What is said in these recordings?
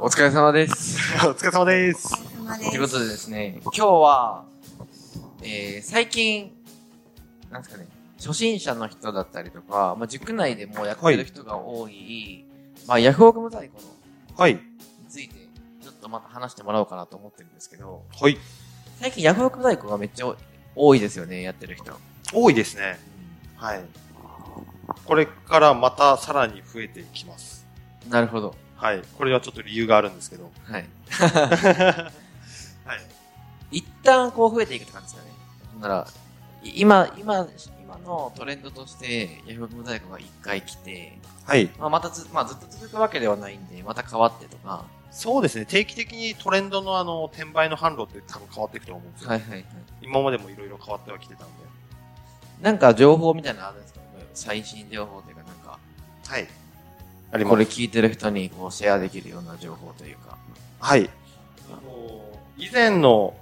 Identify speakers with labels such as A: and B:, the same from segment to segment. A: お疲れ様です。
B: お疲れ様です。
C: 様で
A: という
C: す
A: ことでですね、今日は、えー、最近、なんですかね、初心者の人だったりとか、まあ、塾内でもうやってる人が多い、まあ、ヤフオクの太鼓の
B: はい。
A: について、ちょっとまた話してもらおうかなと思ってるんですけど、
B: はい。
A: 最近ヤフオクの太鼓がめっちゃ多いですよね、やってる人。
B: 多いですね。はい。これからまたさらに増えていきます。
A: なるほど。
B: はい。これはちょっと理由があるんですけど。
A: はい。
B: はい。
A: 一旦こう増えていくって感じですよね。なら、い今、今、今のトレンドとして、ヤフオクの太鼓が一回来て、
B: はい。
A: まあ、またず、まあ、ずっと続くわけではないんで、また変わってとか。
B: そうですね。定期的にトレンドのあの、転売の販路って多分変わっていくと思うんですよ。
A: はいはいはい。
B: 今までもいろいろ変わってはきてたんで。
A: なんか情報みたいなのあるんですか最新情報というか、なんか、
B: はい。あり
A: これ。聞いてる人にこうシェアできるような情報というか。
B: はい。あの以前の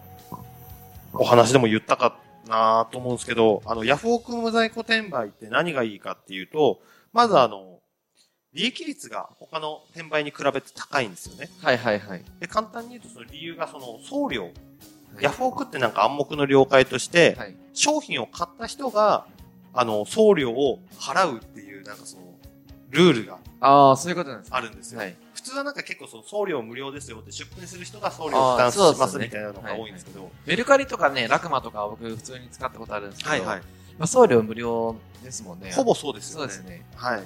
B: お話でも言ったかなと思うんですけど、あの、ヤフオク無在庫転売って何がいいかっていうと、まずあの、利益率が他の転売に比べて高いんですよね。
A: はいはいはい。
B: で、簡単に言うとその理由がその送料。
A: はい
B: ヤフオクってなんか暗黙の了解として、
A: はい。
B: 商品を買った人が、あの、送料を払うっていう、なんかその、ルールが
A: ああ、そういうことなんですか
B: あるんですよ。
A: はい。
B: 普通はなんか結構その送料無料ですよって出品する人が送料を負担し
A: あー
B: ま
A: そ
B: す
A: うで
B: み
A: す
B: た
A: ね
B: いなのが多いんですけど。
A: メルカリとかね、ラクマとか僕普通に使ったことあるんですけど、
B: い。
A: まあ、送料無料ですもんね。
B: ほぼそうです
A: そ
B: よ
A: う
B: ね。
A: ですね。
B: はい。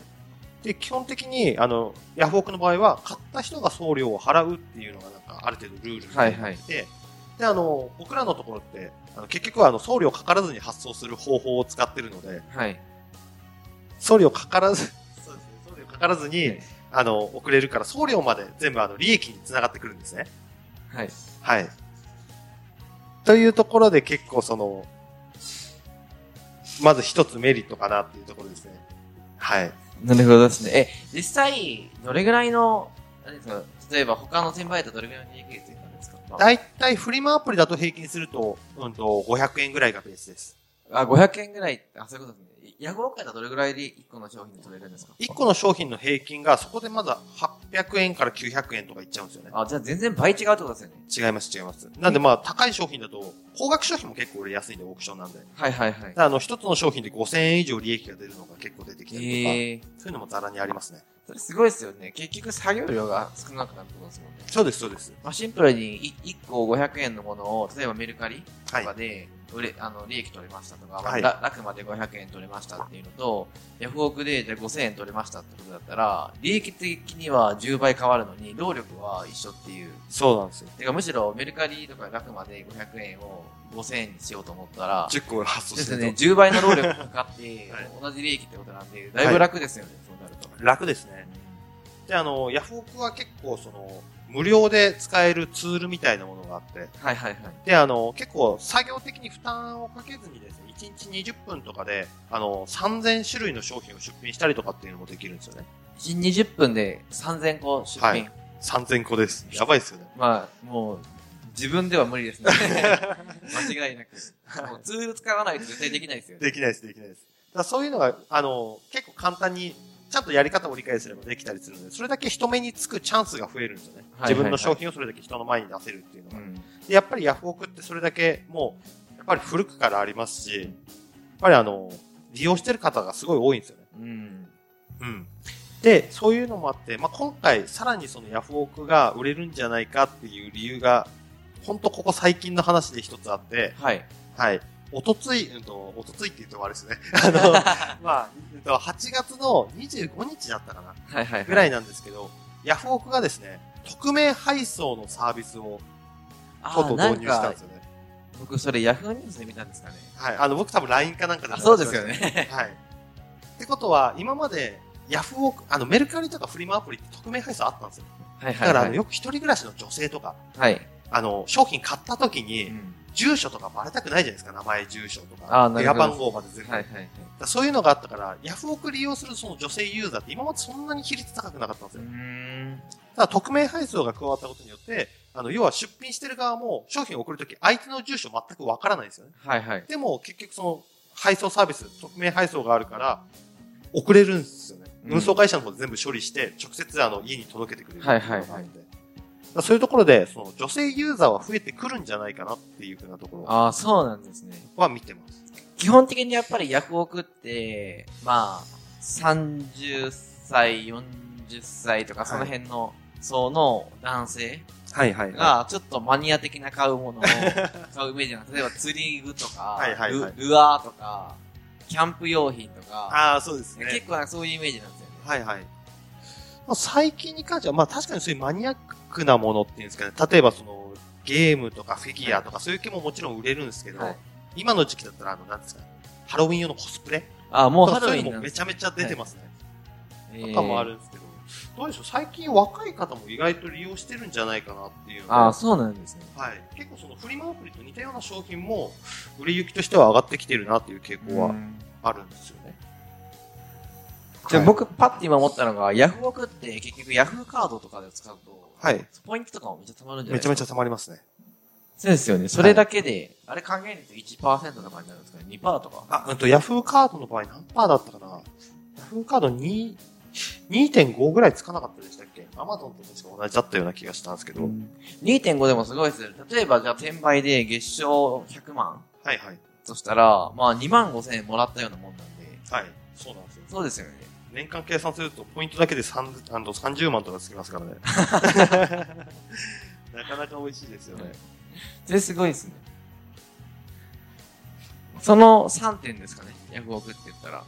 B: で、基本的に、あの、ヤフオクの場合は、買った人が送料を払うっていうのがなんかある程度ルール
A: は
B: にないって
A: はい。
B: て、で、あの、僕らのところって、あの結局はあの送料かからずに発送する方法を使ってるので、
A: はい。
B: 送料かからず、そうですね、送料かからずに、
A: はい
B: あの、送れるから送料まで全部あの、利益につながってくるんですね。
A: はい。
B: はい。というところで結構その、まず一つメリットかなっていうところですね。はい。
A: なるほどですね。え、実際、どれぐらいの、あれですか、例えば他の転売とどれぐらいの利益率なんですか
B: だいたいフリマアプリだと平均すると、うんと、500円ぐらいがベースです。
A: あ、500円ぐらい、あ、そういうことですね。ヤフオクだとどれぐらいで1個の商品で取れるんですか
B: 1個の商品の平均がそこでまだ800円から900円とかいっちゃうんですよね。
A: あ、じゃあ全然倍違うってことですよね。
B: 違います、違います。なんでまあ、高い商品だと、高額商品も結構売れやすいんで、オークションなんで。
A: はいはいはい。
B: あの、一つの商品で5000円以上利益が出るのが結構出てきたりとか、
A: ええー。
B: そういうのもざらにありますね。
A: それすごいですよね。結局作業量が少なくなるってことですもんね。
B: そうです、そうです。
A: まあ、シンプルにい1個500円のものを、例えばメルカリとかで売れ、あの利益取れましたとか、まあ
B: はい
A: ララクマで500円取れましたっていうのと、ヤフオクでじゃあ5000円取れましたってことだったら、利益的には10倍変わるのに、労力は一緒っていう。
B: そうなんですよ。
A: てかむしろメルカリとかラクマで500円を5000円にしようと思ったら、
B: 10個発送
A: ですす
B: る
A: ね、
B: と。
A: 10倍の労力がかかって、
B: はい
A: 同じ利益ってことなんで、だいぶ楽ですよね、そうなると。
B: 楽ですね。で、あの、ヤフオクは結構その、無料で使えるツールみたいなものがあって、
A: はいはいはい。
B: で、あの、結構作業的に負担をかけずにですね、1日20分とかで、あの、3000種類の商品を出品したりとかっていうのもできるんですよね。
A: 20分で3000個出品。
B: はい3000個です。やばいですよね。
A: まあ、もう、自分では無理 ですね。間違いなく。もうツール使わないと絶対できないですよね。
B: できないです、できないです。だからそういうのが、あの、結構簡単に、ちゃんとやり方を理解すればできたりするので、それだけ人目につくチャンスが増えるんですよね。
A: はいはいはい
B: 自分の商品をそれだけ人の前に出せるっていうの
A: う
B: が。
A: ん
B: でやっぱりヤフオクってそれだけもう、やっぱり古くからありますし、やっぱりあの、利用してる方がすごい多いんですよね。
A: うん。
B: うん。で、そういうのもあって、まあ、今回さらにそのヤフオクが売れるんじゃないかっていう理由が、ほんとここ最近の話で一つあって、
A: はい。
B: はい。おとつい、うんと、おとついって言うとあれですね。 あの、まあ、うんと8月の25日だったかな
A: はいはい
B: ぐら
A: い。
B: いなんですけど、ヤフオクがですね、匿名配送のサービスを
A: あ
B: とうと
A: ー
B: う
A: なん
B: 導入したん
A: か
B: です、よね。
A: 僕それヤフーニュースで見たんですかね。
B: はい。あの、僕多分 LINE かなんかで
A: あ、そうですよ。ね。
B: はい。ってことは、今まで、ヤフオク、あの、メルカリとかフリマアプリって匿名配送あったんですよ。
A: はい
B: だから、
A: は
B: あの、
A: い。
B: よく一人暮らしの女性とか、
A: はい。
B: あの、商品買った時
A: う
B: に、
A: ん
B: 住所とかバレたくないじゃないですか、名前、住所と
A: あー
B: か、
A: な
B: 電
A: るほ
B: 話
A: ど
B: 番号まで全部。
A: はいはいはい。
B: だからそういうのがあったから、ヤフオク利用するその女性ユーザーって今までそんなに比率高くなかったんです
A: う
B: よ。
A: ーん。
B: ただ、匿名配送が加わったことによって、あの、要は出品してる側も商品を送るとき相手の住所全くわからないんですよね。
A: はいはい。
B: でも、結局その、配送サービス、匿名配送があるから、送れるんですよね。
A: うん
B: 運送会社の方で全部処理して、直接あの、家に届けてくれるっていうのがあって。
A: はいはいはい
B: からそういうところで、その女性ユーザーは増えてくるんじゃないかなっていうふうなところ
A: ああ、そうなんですね。
B: は見てます。
A: 基本的にやっぱりヤフオクって、まあ、30歳、40歳とか
B: はい
A: その辺の層の男性
B: はいはいは
A: がちょっとマニア的な買う ものを買うイメージなんです。例えば釣り具とか
B: はいはいはい、
A: ルルアーとか、キャンプ用品と
B: い。
A: か、
B: ああ、そうですね。
A: 結構なんかそういうイメージなんですよね。
B: はいはい。まあ、最近に関しては、まあ確かにそういうマニアックなものっていうんですかね、例えばそのゲームとかフィギュアとかそういう系ももちろん売れるんですけど、
A: はい
B: 今の時期だったら、あの、なんですか、ハロウィン用のコスプレ
A: あ、も
B: と
A: う
B: か
A: ハ
B: そ
A: ロ
B: う
A: ウ
B: いう
A: ィン
B: の
A: な
B: も
A: ん
B: め
A: です
B: ちゃめちゃ出てますね。
A: ね
B: とかもあるんですけど、どうでしょう、最近若い方も意外と利用してるんじゃないかなっていうの
A: えー
B: が
A: あ、そうなんですね。
B: はい、結構そのフリマアプリと似たような商品も売れ行きとしては上がってきてるなっていう傾向
A: う
B: は
A: ん
B: あるんですよね。
A: じゃあ
B: はい、
A: 僕パッて今思ったのが、ヤフオクって結局ヤフーカードとかで使うと、
B: はい、
A: ポイントとかもめっちゃ貯まるんじゃな
B: め
A: い
B: ちゃめ
A: です
B: ちゃ
A: か
B: 溜まりますね。
A: そうですよね。それだけで、あれ考えると1%とかになるんですかね ?2% とか。
B: あ、うんと、ヤフーカードの場合何パーだったかなヤフーカード2、2.5ぐらいつかなかったでしたっけアマゾンと確か同じだったような気がしたんですけど。
A: 2.5でもすごいですよ。例えばじゃあ転売で月賞100万
B: はいはい。
A: としたら、まあ2万5千円もらったようなもんなんで、
B: はい。そうなんですよ。
A: そうですよね。
B: 年間計算すると、ポイントだけで3あの30万とかつきますからね。 なかなか美味しいですよね。
A: それすごいですね。その3点ですかね。ヤフオクって言ったら。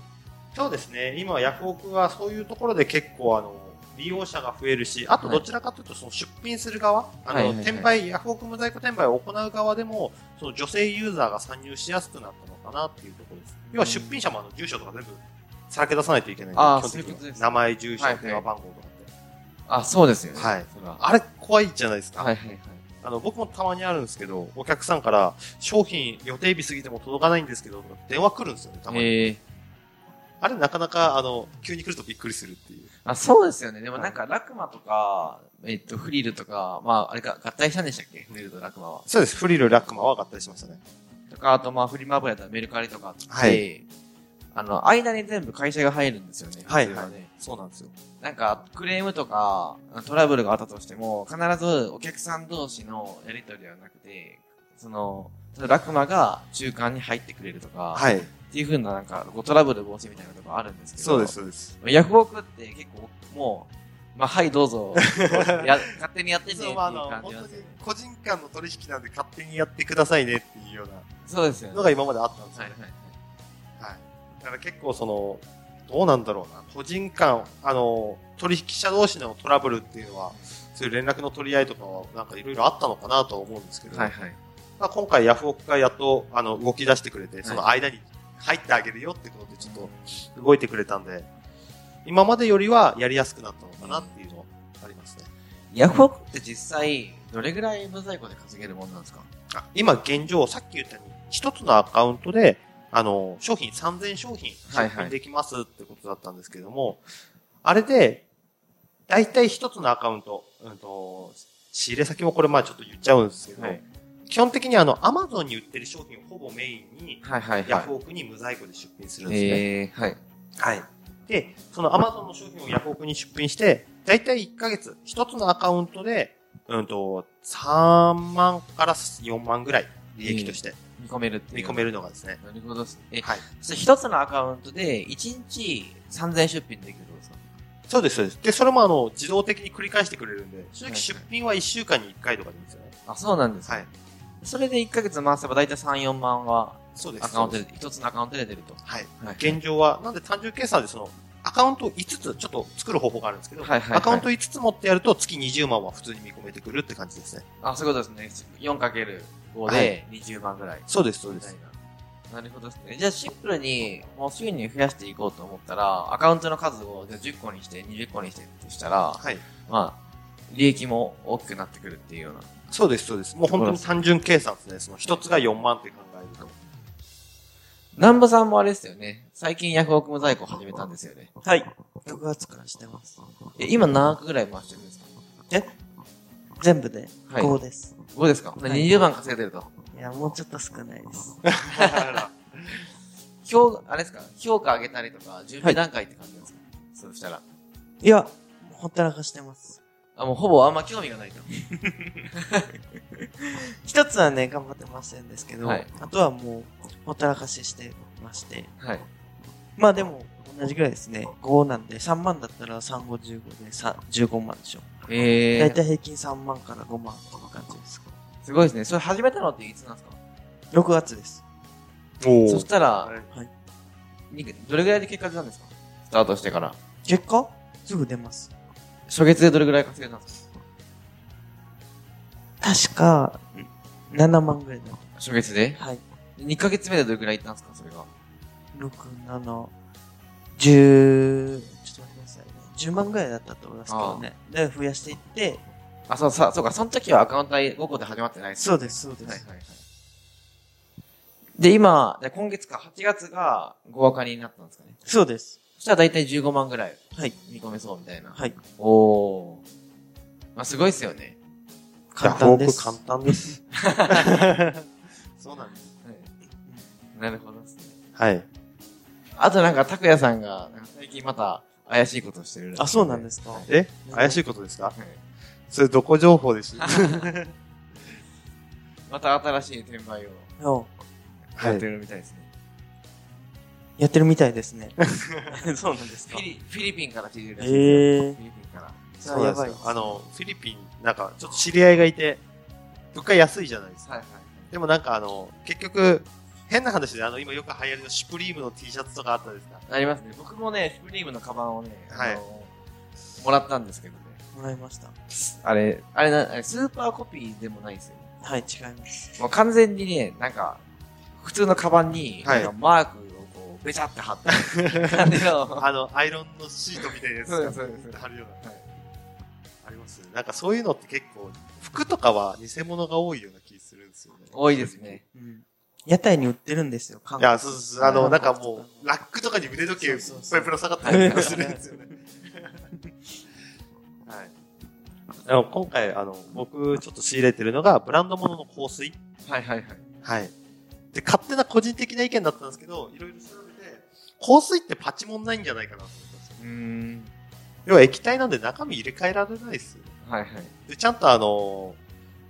B: そうですね。今、ヤフオクはそういうところで結構、あの、利用者が増えるし、あとどちらかというと、その出品する側、あの、
A: はいはいはい
B: 転売、ヤフオク無在庫転売を行う側でも、その女性ユーザーが参入しやすくなったのかなっていうところです。要は出品者もあの、住所とか全部さらけ出さないといけないんで
A: あー
B: 基本的
A: そういうこと
B: に
A: で
B: は
A: す
B: 名前、住所
A: はいは、い
B: 電話番号とかって。
A: あ、そうですよね。
B: はい
A: それは
B: あれ、怖いじゃないですか。
A: はいはいはい。
B: あの、僕もたまにあるんですけど、お客さんから、商品予定日過ぎても届かないんですけど、とか電話来るんですよね、たまに。
A: ええ
B: あれ、なかなか、あの、急に来るとびっくりするっていう。
A: あ、そうですよね。でもなんか、ラクマとか、えっと、フリルとか、まあ、あれか、合体したんでしたっけフリルとラクマは。
B: そうです。フリル、ラックマは合体しましたね。
A: とか、あと、まあ、フリマ油だったらメルカリとかあって、
B: はい
A: あの、間に全部会社が入るんですよね。
B: はい
A: 普通ね
B: そうなんですよ。
A: なんか、クレームとか、トラブルがあったとしても、必ずお客さん同士のやり取りではなくて、その、ラクマが中間に入ってくれるとか、
B: はい。
A: っていう風な、なんか、こうトラブル防止みたいなとこあるんですけど、
B: そうです、。そうです。
A: ヤフオクって結構、もう、まあ、はい、どうぞ、や 勝手にやってねっていう
B: まあ、あの、
A: 感じ
B: 本
A: なん
B: 当
A: ですよ
B: に
A: ね。
B: 個人間の取引なんで勝手にやってくださいねっていうよう
A: そうですよ
B: な
A: ね。
B: の
A: は
B: が
A: い
B: 今まであったんですよ
A: は
B: ね
A: い。はい。
B: はい。だから結構その、どうなんだろうな。個人間、あの、取引者同士のトラブルっていうのは、そういう連絡の取り合いとかは、なんかいろいろあったのかなとは思うんですけど、
A: はいはい。
B: まあ、今回ヤフオクがやっと、あの、動き出してくれて、その間に入ってあげるよってことでちょっと、動いてくれたんで、今までよりはやりやすくなったのかなっていうのはありますね。
A: ヤフオクって実際、どれぐらい無在庫で稼げるもんなんですか
B: あ今現状、さっき言ったように、一つのアカウントで、あの、商品3000商品
A: はい
B: 出
A: はい
B: 品できますってことだったんですけども、あれで、大体一つのアカウント、うんと、仕入れ先もこれまあちょっと言っちゃうんですけど、
A: はい
B: 基本的にあの、Amazon に売ってる商品をほぼメインに、
A: はいはい
B: ヤ
A: は
B: フオクに無在庫で出品するん
A: い。
B: ですね。
A: えー、はい。
B: はい。で、その Amazon の商品をヤフオクに出品して、だいたい1ヶ月、一つのアカウントで、うんと、3万から4万ぐらい、利益として
A: 見込めるってい
B: 見
A: う。
B: 込めるのがですね。
A: なるほどっす。え、
B: はい。
A: そして一つのアカウントで、一日3000出品できるってことですか
B: そうです、そうです。で、それもあの、自動的に繰り返してくれるんで、正
A: はい
B: 直
A: はい
B: 出品は1週間に1回とかでいいんですよね。
A: あ、そうなんですか。
B: はい。
A: それで1ヶ月回せば大体3、4万は
B: そうです。
A: アカウント
B: そう
A: で、一つのアカウントで出ると。
B: すはい。
A: はい。
B: 現状は、なんで単純計算でその、アカウントを5つ、ちょっと作る方法があるんですけど、
A: はいはいはい
B: アカウント5つ持ってやると月20万は普通に見込めてくるって感じですね。
A: あ、そういうことですね。4×5
B: は
A: で20万ぐらい。
B: そうです、そう
A: み
B: で
A: たい
B: す。
A: な。なるほどですね。じゃあシンプルに、もうすぐに増やしていこうと思ったら、アカウントの数をじゃあ10個にして、20個にしてとしたら、
B: はい。
A: まあ、利益も大きくなってくるっていうような。
B: そうです、そうです。もう本当に単純計算ですね。その一つが4万って考えると。
A: 南波さんもあれですよね。最近ヤフオク無在庫始めたんですよね。
C: はい。
A: 6月からしてます。え、今何枠ぐらい回してるんですか
C: 全部で
A: はい
C: 5です。
A: どうですか、
C: はい
A: ?20 万稼いでると。
C: い、や、もうちょっと少ないです。
A: 評、あれですか評価上げたりとか、準備段階って感じなんですか、そうしたら。
C: いや、ほったらかしてます。
A: あ、もうほぼあんま興味がないと。
C: 一つはね、頑張ってませんですけど、
A: はい
C: あとはもう、ほったらかししてまして。
A: はい。
C: まあでも、同じぐらいですね。5なんで、3万だったら3、5、15でさ15万でしょ。
A: え
C: だい
A: ー
C: た、い平均3万から5万とか感じです。
A: すごいですね。それ始めたのっていつなんですか
C: 6月です。
B: お
A: そしたら、
C: はい。
A: にどれぐらいで結果出たんですかスタートしてから。
C: 結果すぐ出ます。
A: 初月でどれぐらい稼げたんですか
C: 確か、7万ぐらいだ。
A: 初月で
C: はい。
A: ?2 ヶ月目でどれぐらいいったんですかそれが。
C: 6、7、10、ちょっと待ってくださいね。10万ぐらいだったと思いますけどね。で、増やしていって、
A: あ、そう、さ、そうか、その時はアカウント5個で始まってないです
C: そうです、そうで
A: は
C: す。
A: いはいはい。で、今、で今月か、8月が5赤になったんですかね。
C: そうです。
A: そしたら大体15万ぐらい
C: はい。
A: 見込めそうみたいな。
C: はい。
A: おお。まあ、すごいっすよね。
C: 簡単です。
B: ヤフオク簡単です。 そうなんです。
A: なるほどですね。
B: はい。
A: あとなんか、拓也さんが、なんか最近また怪しいことをしてるらしいで
C: あ、そうなんですか。
B: え怪しいことですか
A: はい
B: それどこ情報です。
A: また新しい転売を
C: うん
A: やってるみたいですね。
C: やってるみたいですね。 そうなんです
A: フィリフィリピンから来てるらしいですよ。
C: ええ
A: フィリピンから。
C: じゃ
B: そう
C: あ
B: な
C: や
B: んです
C: ばい
B: よ。あの、フィリピン、なんか、ちょっと知り合いがいて、物価安いじゃないですか。
A: はいはい。
B: でもなんかあの、結局、変な話で、あの、今よく流行りのシュプリームの T シャツとかあったですか
A: ありますね。僕もね、フリームのカバンをね、
B: はい
A: あのもらったんですけどね。
C: もらいました。
A: あれ、あれな、あれスーパーコピーでもないですよ。
C: はい、違います。
A: もう完全にね、なんか、普通のカバンに、
B: はい
A: なんかマークをこう、べちゃって貼った感じの。
B: あの、アイロンのシートみたいなやつ
A: そうですそうです
B: 貼るような。
A: はい
B: ありますなんかそういうのって結構、服とかは偽物が多いような気するんですよね。
A: 多いですね。
C: うん。屋台に売ってるんですよ、韓
B: い
C: 国。
B: や、そうそうそうあの、なんかもう、ラックとかに腕時計、
C: そうそう
B: プ
C: そう
B: ラプラ下がったりとかするんですよね。はい。あの、今回、あの、僕、ちょっと仕入れてるのが、ブランド物の香水。
A: はいはいはい。
B: はい。で、勝手な個人的な意見だったんですけど、いろいろ調べて、香水ってパチモンないんじゃないかなと思ったんですよ。
A: うーん。
B: 要は液体なんで中身入れ替えられないですよね。
A: はいはい。
B: で、ちゃんとあの、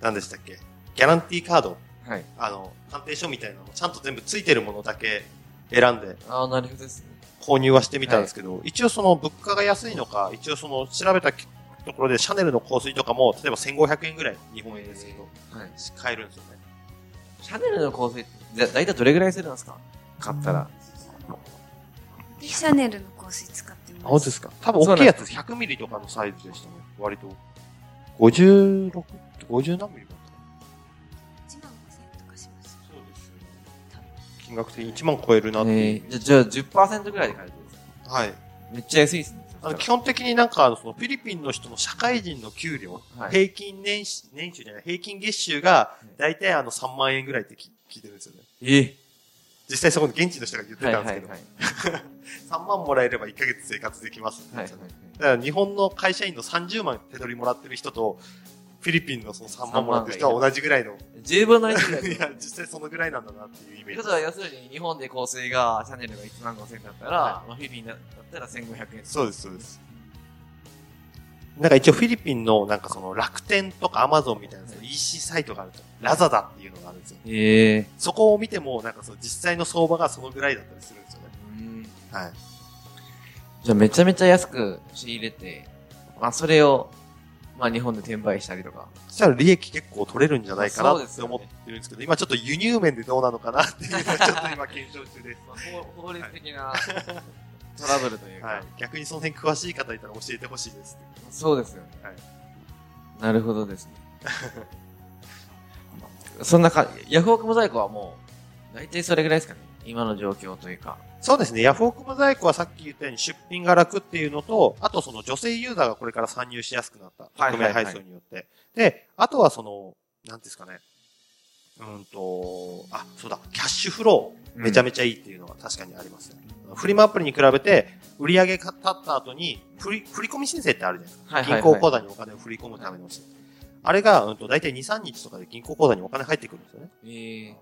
B: 何でしたっけギャランティーカード、
A: はい。
B: あの、鑑定書みたいなのもちゃんと全部ついてるものだけ選んで
A: ああ、なるほどですね。
B: 購入はしてみたんですけど、一応その物価が安いのか、一応その調べたところでシャネルの香水とかも、例えば1500円ぐらい、日本円ですけど、
A: はい。
B: 買えるんですよね。
A: シャネルの香水って、だ大体どれぐらいするんですか買ったら。
D: でシャネルの香水使ってます。
B: すか多分大きいやつ100ミリとかのサイズでしたね、割と。56、50何ミリだった
D: 1万5000円とかします。
B: そうです
D: 多分
B: 金額的に1万超えるなっていう。
A: えー、じゃあ、じゃあ10%ぐらいで買えるってことですか
B: はい。
A: めっちゃ安いですね。
B: あの基
A: そし
B: 本的になんかあのそのフィリピンの人の社会人の給料、
A: はい
B: 平均年収、年収じゃない、平均月収が大体あの3万円ぐらいってき聞いてるんですよね。
A: たらえ
B: 実際そこの現地の人が言って
A: ーはい
B: たん
A: は
B: ですけ
A: い
B: ど、
A: はい。
B: 3万もらえれば1ヶ月生活できますって
A: はい
B: 言ってたんですよね、だから日本の会社員の30万手取りもらってる人と、フィリピンのその3万もらってる人は同じぐらいの、
A: 10分の1ぐらい
B: いや、実際そのぐらいなんだなっていうイメ
A: という
B: ー
A: こ
B: ジ
A: と。は、要するに日本で香水が、シャネルが1万5000円だったら、まあ、フィリピンだったら1500円。
B: そうです、そうです。なんか一応フィリピンのなんかその楽天とかアマゾンみたいなその EC サイトがあると、ラザダっていうのがあるんですよ。
A: ええ
B: そこを見てもなんかその実際の相場がそのぐらいだったりするんですよね。はい。
A: じゃあ、めちゃめちゃ安く仕入れて、まあ、それを、まあ、日本で転売したりとか。
B: そしたら利益結構取れるんじゃないかな
A: そうで
B: っ
A: す
B: て
A: よね
B: 思ってるんですけど、今ちょっと輸入面でどうなのかなっていうのをちょっと今検証中です。
A: まあ、法法律的なトラブルというか、
B: はい。逆にその辺詳しい方いたら教えてほしいです。
A: そうですよね。
B: はい
A: なるほどですね。 そんなか、ヤフオクモザイクはもう、大体それぐらいですかね。今の状況というか。
B: そうですね。ヤフオクモザイクはさっき言ったように出品が楽っていうのと、あとその女性ユーザーがこれから参入しやすくなった。
A: はいは
B: 匿
A: いは
B: 名
A: い
B: 配送によって。で、あとはその、なんていうんですかね。うーんと、あ、そうだ、キャッシュフロー、めちゃめちゃいいっていうのは確かにありますね。フリマアプリに比べて、売り上げが立った後に振り、振り込み申請ってあるじゃないですか。
A: はいはいはい
B: 銀行口座にお金を振り込むための申請。あれが、うんと、大体2、3日とかで銀行口座にお金入ってくるんですよね。
A: ええ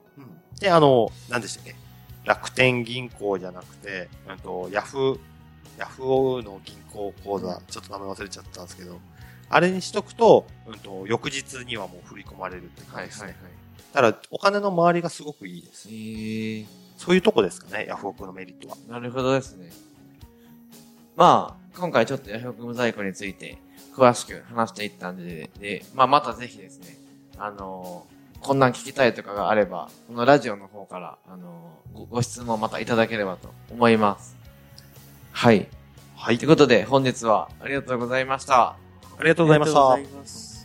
B: で、あの、何でしたっけ楽天銀行じゃなくて、うんと、ヤフー、ヤフオウの銀行口座、ちょっと名前忘れちゃったんですけど、あれにしとくと、うんと、翌日にはもう振り込まれるって
A: は
B: 感
A: い
B: じです
A: はいは
B: ね
A: い。。
B: ただ、お金の回りがすごくいいです。
A: ええ
B: そういうとこですかね、ヤフオクのメリットは。
A: なるほどですね。まあ、今回ちょっとヤフオク無在庫について詳しく話していったんで、で、まあまたぜひですね、あのーこんなん聞きたいとかがあれば、このラジオの方から、あのーごご質問またいただければと思います。はい。
B: はい
A: とい。うことで、本日はありがとうございました。
B: ありがとうございました
C: ありがとうございます